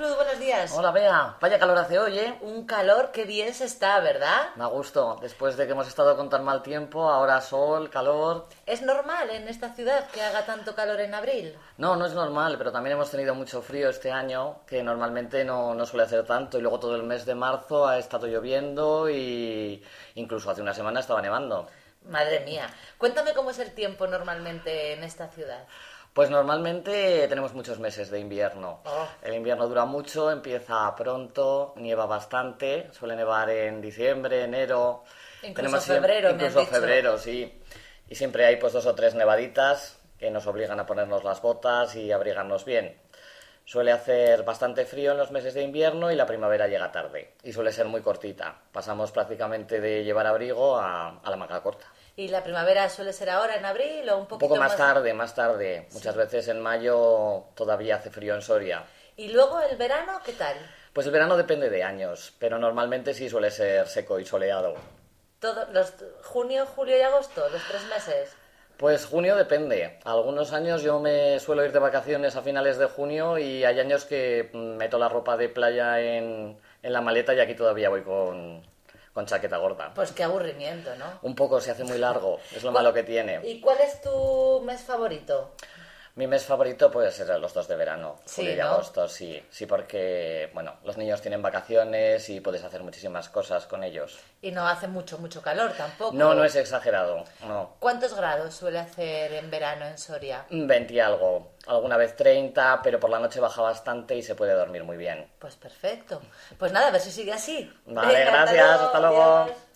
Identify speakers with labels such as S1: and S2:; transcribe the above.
S1: noches.
S2: Hola, Bea. Vaya calor hace hoy, ¿eh?
S1: Un calor que bien se está, ¿verdad?
S2: Me gusto. Después de que hemos estado con tan mal tiempo, ahora sol, calor.
S1: ¿Es normal en esta ciudad que haga tanto calor en abril?
S2: No, no es normal, pero también hemos tenido mucho frío este año, que normalmente no, no suele hacer tanto. Y luego todo el mes de marzo ha estado lloviendo y incluso hace una semana estaba nevando.
S1: Madre mía. Cuéntame cómo es el tiempo normalmente en esta ciudad.
S2: Pues normalmente tenemos muchos meses de invierno.
S1: Ah.
S2: El invierno dura mucho, empieza pronto, nieva bastante, suele nevar en diciembre, enero.
S1: Incluso
S2: siempre-
S1: febrero, me
S2: Incluso
S1: has dicho.
S2: febrero, sí. Y siempre hay pues dos o tres nevaditas que nos obligan a ponernos las botas y abrigarnos bien. Suele hacer bastante frío en los meses de invierno y la primavera llega tarde. Y suele ser muy cortita. Pasamos prácticamente de llevar abrigo a, a la manga corta.
S1: ¿Y la primavera suele ser ahora en abril o un
S2: Un
S1: poquito
S2: poco más tarde, más tarde. Muchas veces en mayo todavía hace frío en Soria.
S1: ¿Y luego el verano qué tal?
S2: Pues el verano depende de años, pero normalmente sí suele ser seco y soleado.
S1: Todo, los, junio, julio y agosto, los tres meses.
S2: Pues junio depende. Algunos años yo me suelo ir de vacaciones a finales de junio y hay años que mm, meto la ropa de playa en, en la maleta y aquí todavía voy con, con chaqueta gorda.
S1: Pues qué aburrimiento, ¿no?
S2: Un poco se hace muy largo, es lo malo que tiene.
S1: ¿Y cuál es tu mes favorito?
S2: Mi mes favorito puede ser los dos de verano,
S1: Sí,
S2: julio y
S1: ¿no?
S2: agosto, sí. Sí, porque, bueno, los niños tienen vacaciones y puedes hacer muchísimas cosas con ellos.
S1: Y no hace mucho, mucho calor tampoco.
S2: No, no es exagerado, no.
S1: ¿Cuántos grados suele hacer en verano en Soria?
S2: 20 y algo, alguna vez 30, pero por la noche baja bastante y se puede dormir muy bien.
S1: Pues perfecto. Pues nada, a ver si sigue así.
S2: Vale, gracias, hasta luego.
S1: adiós.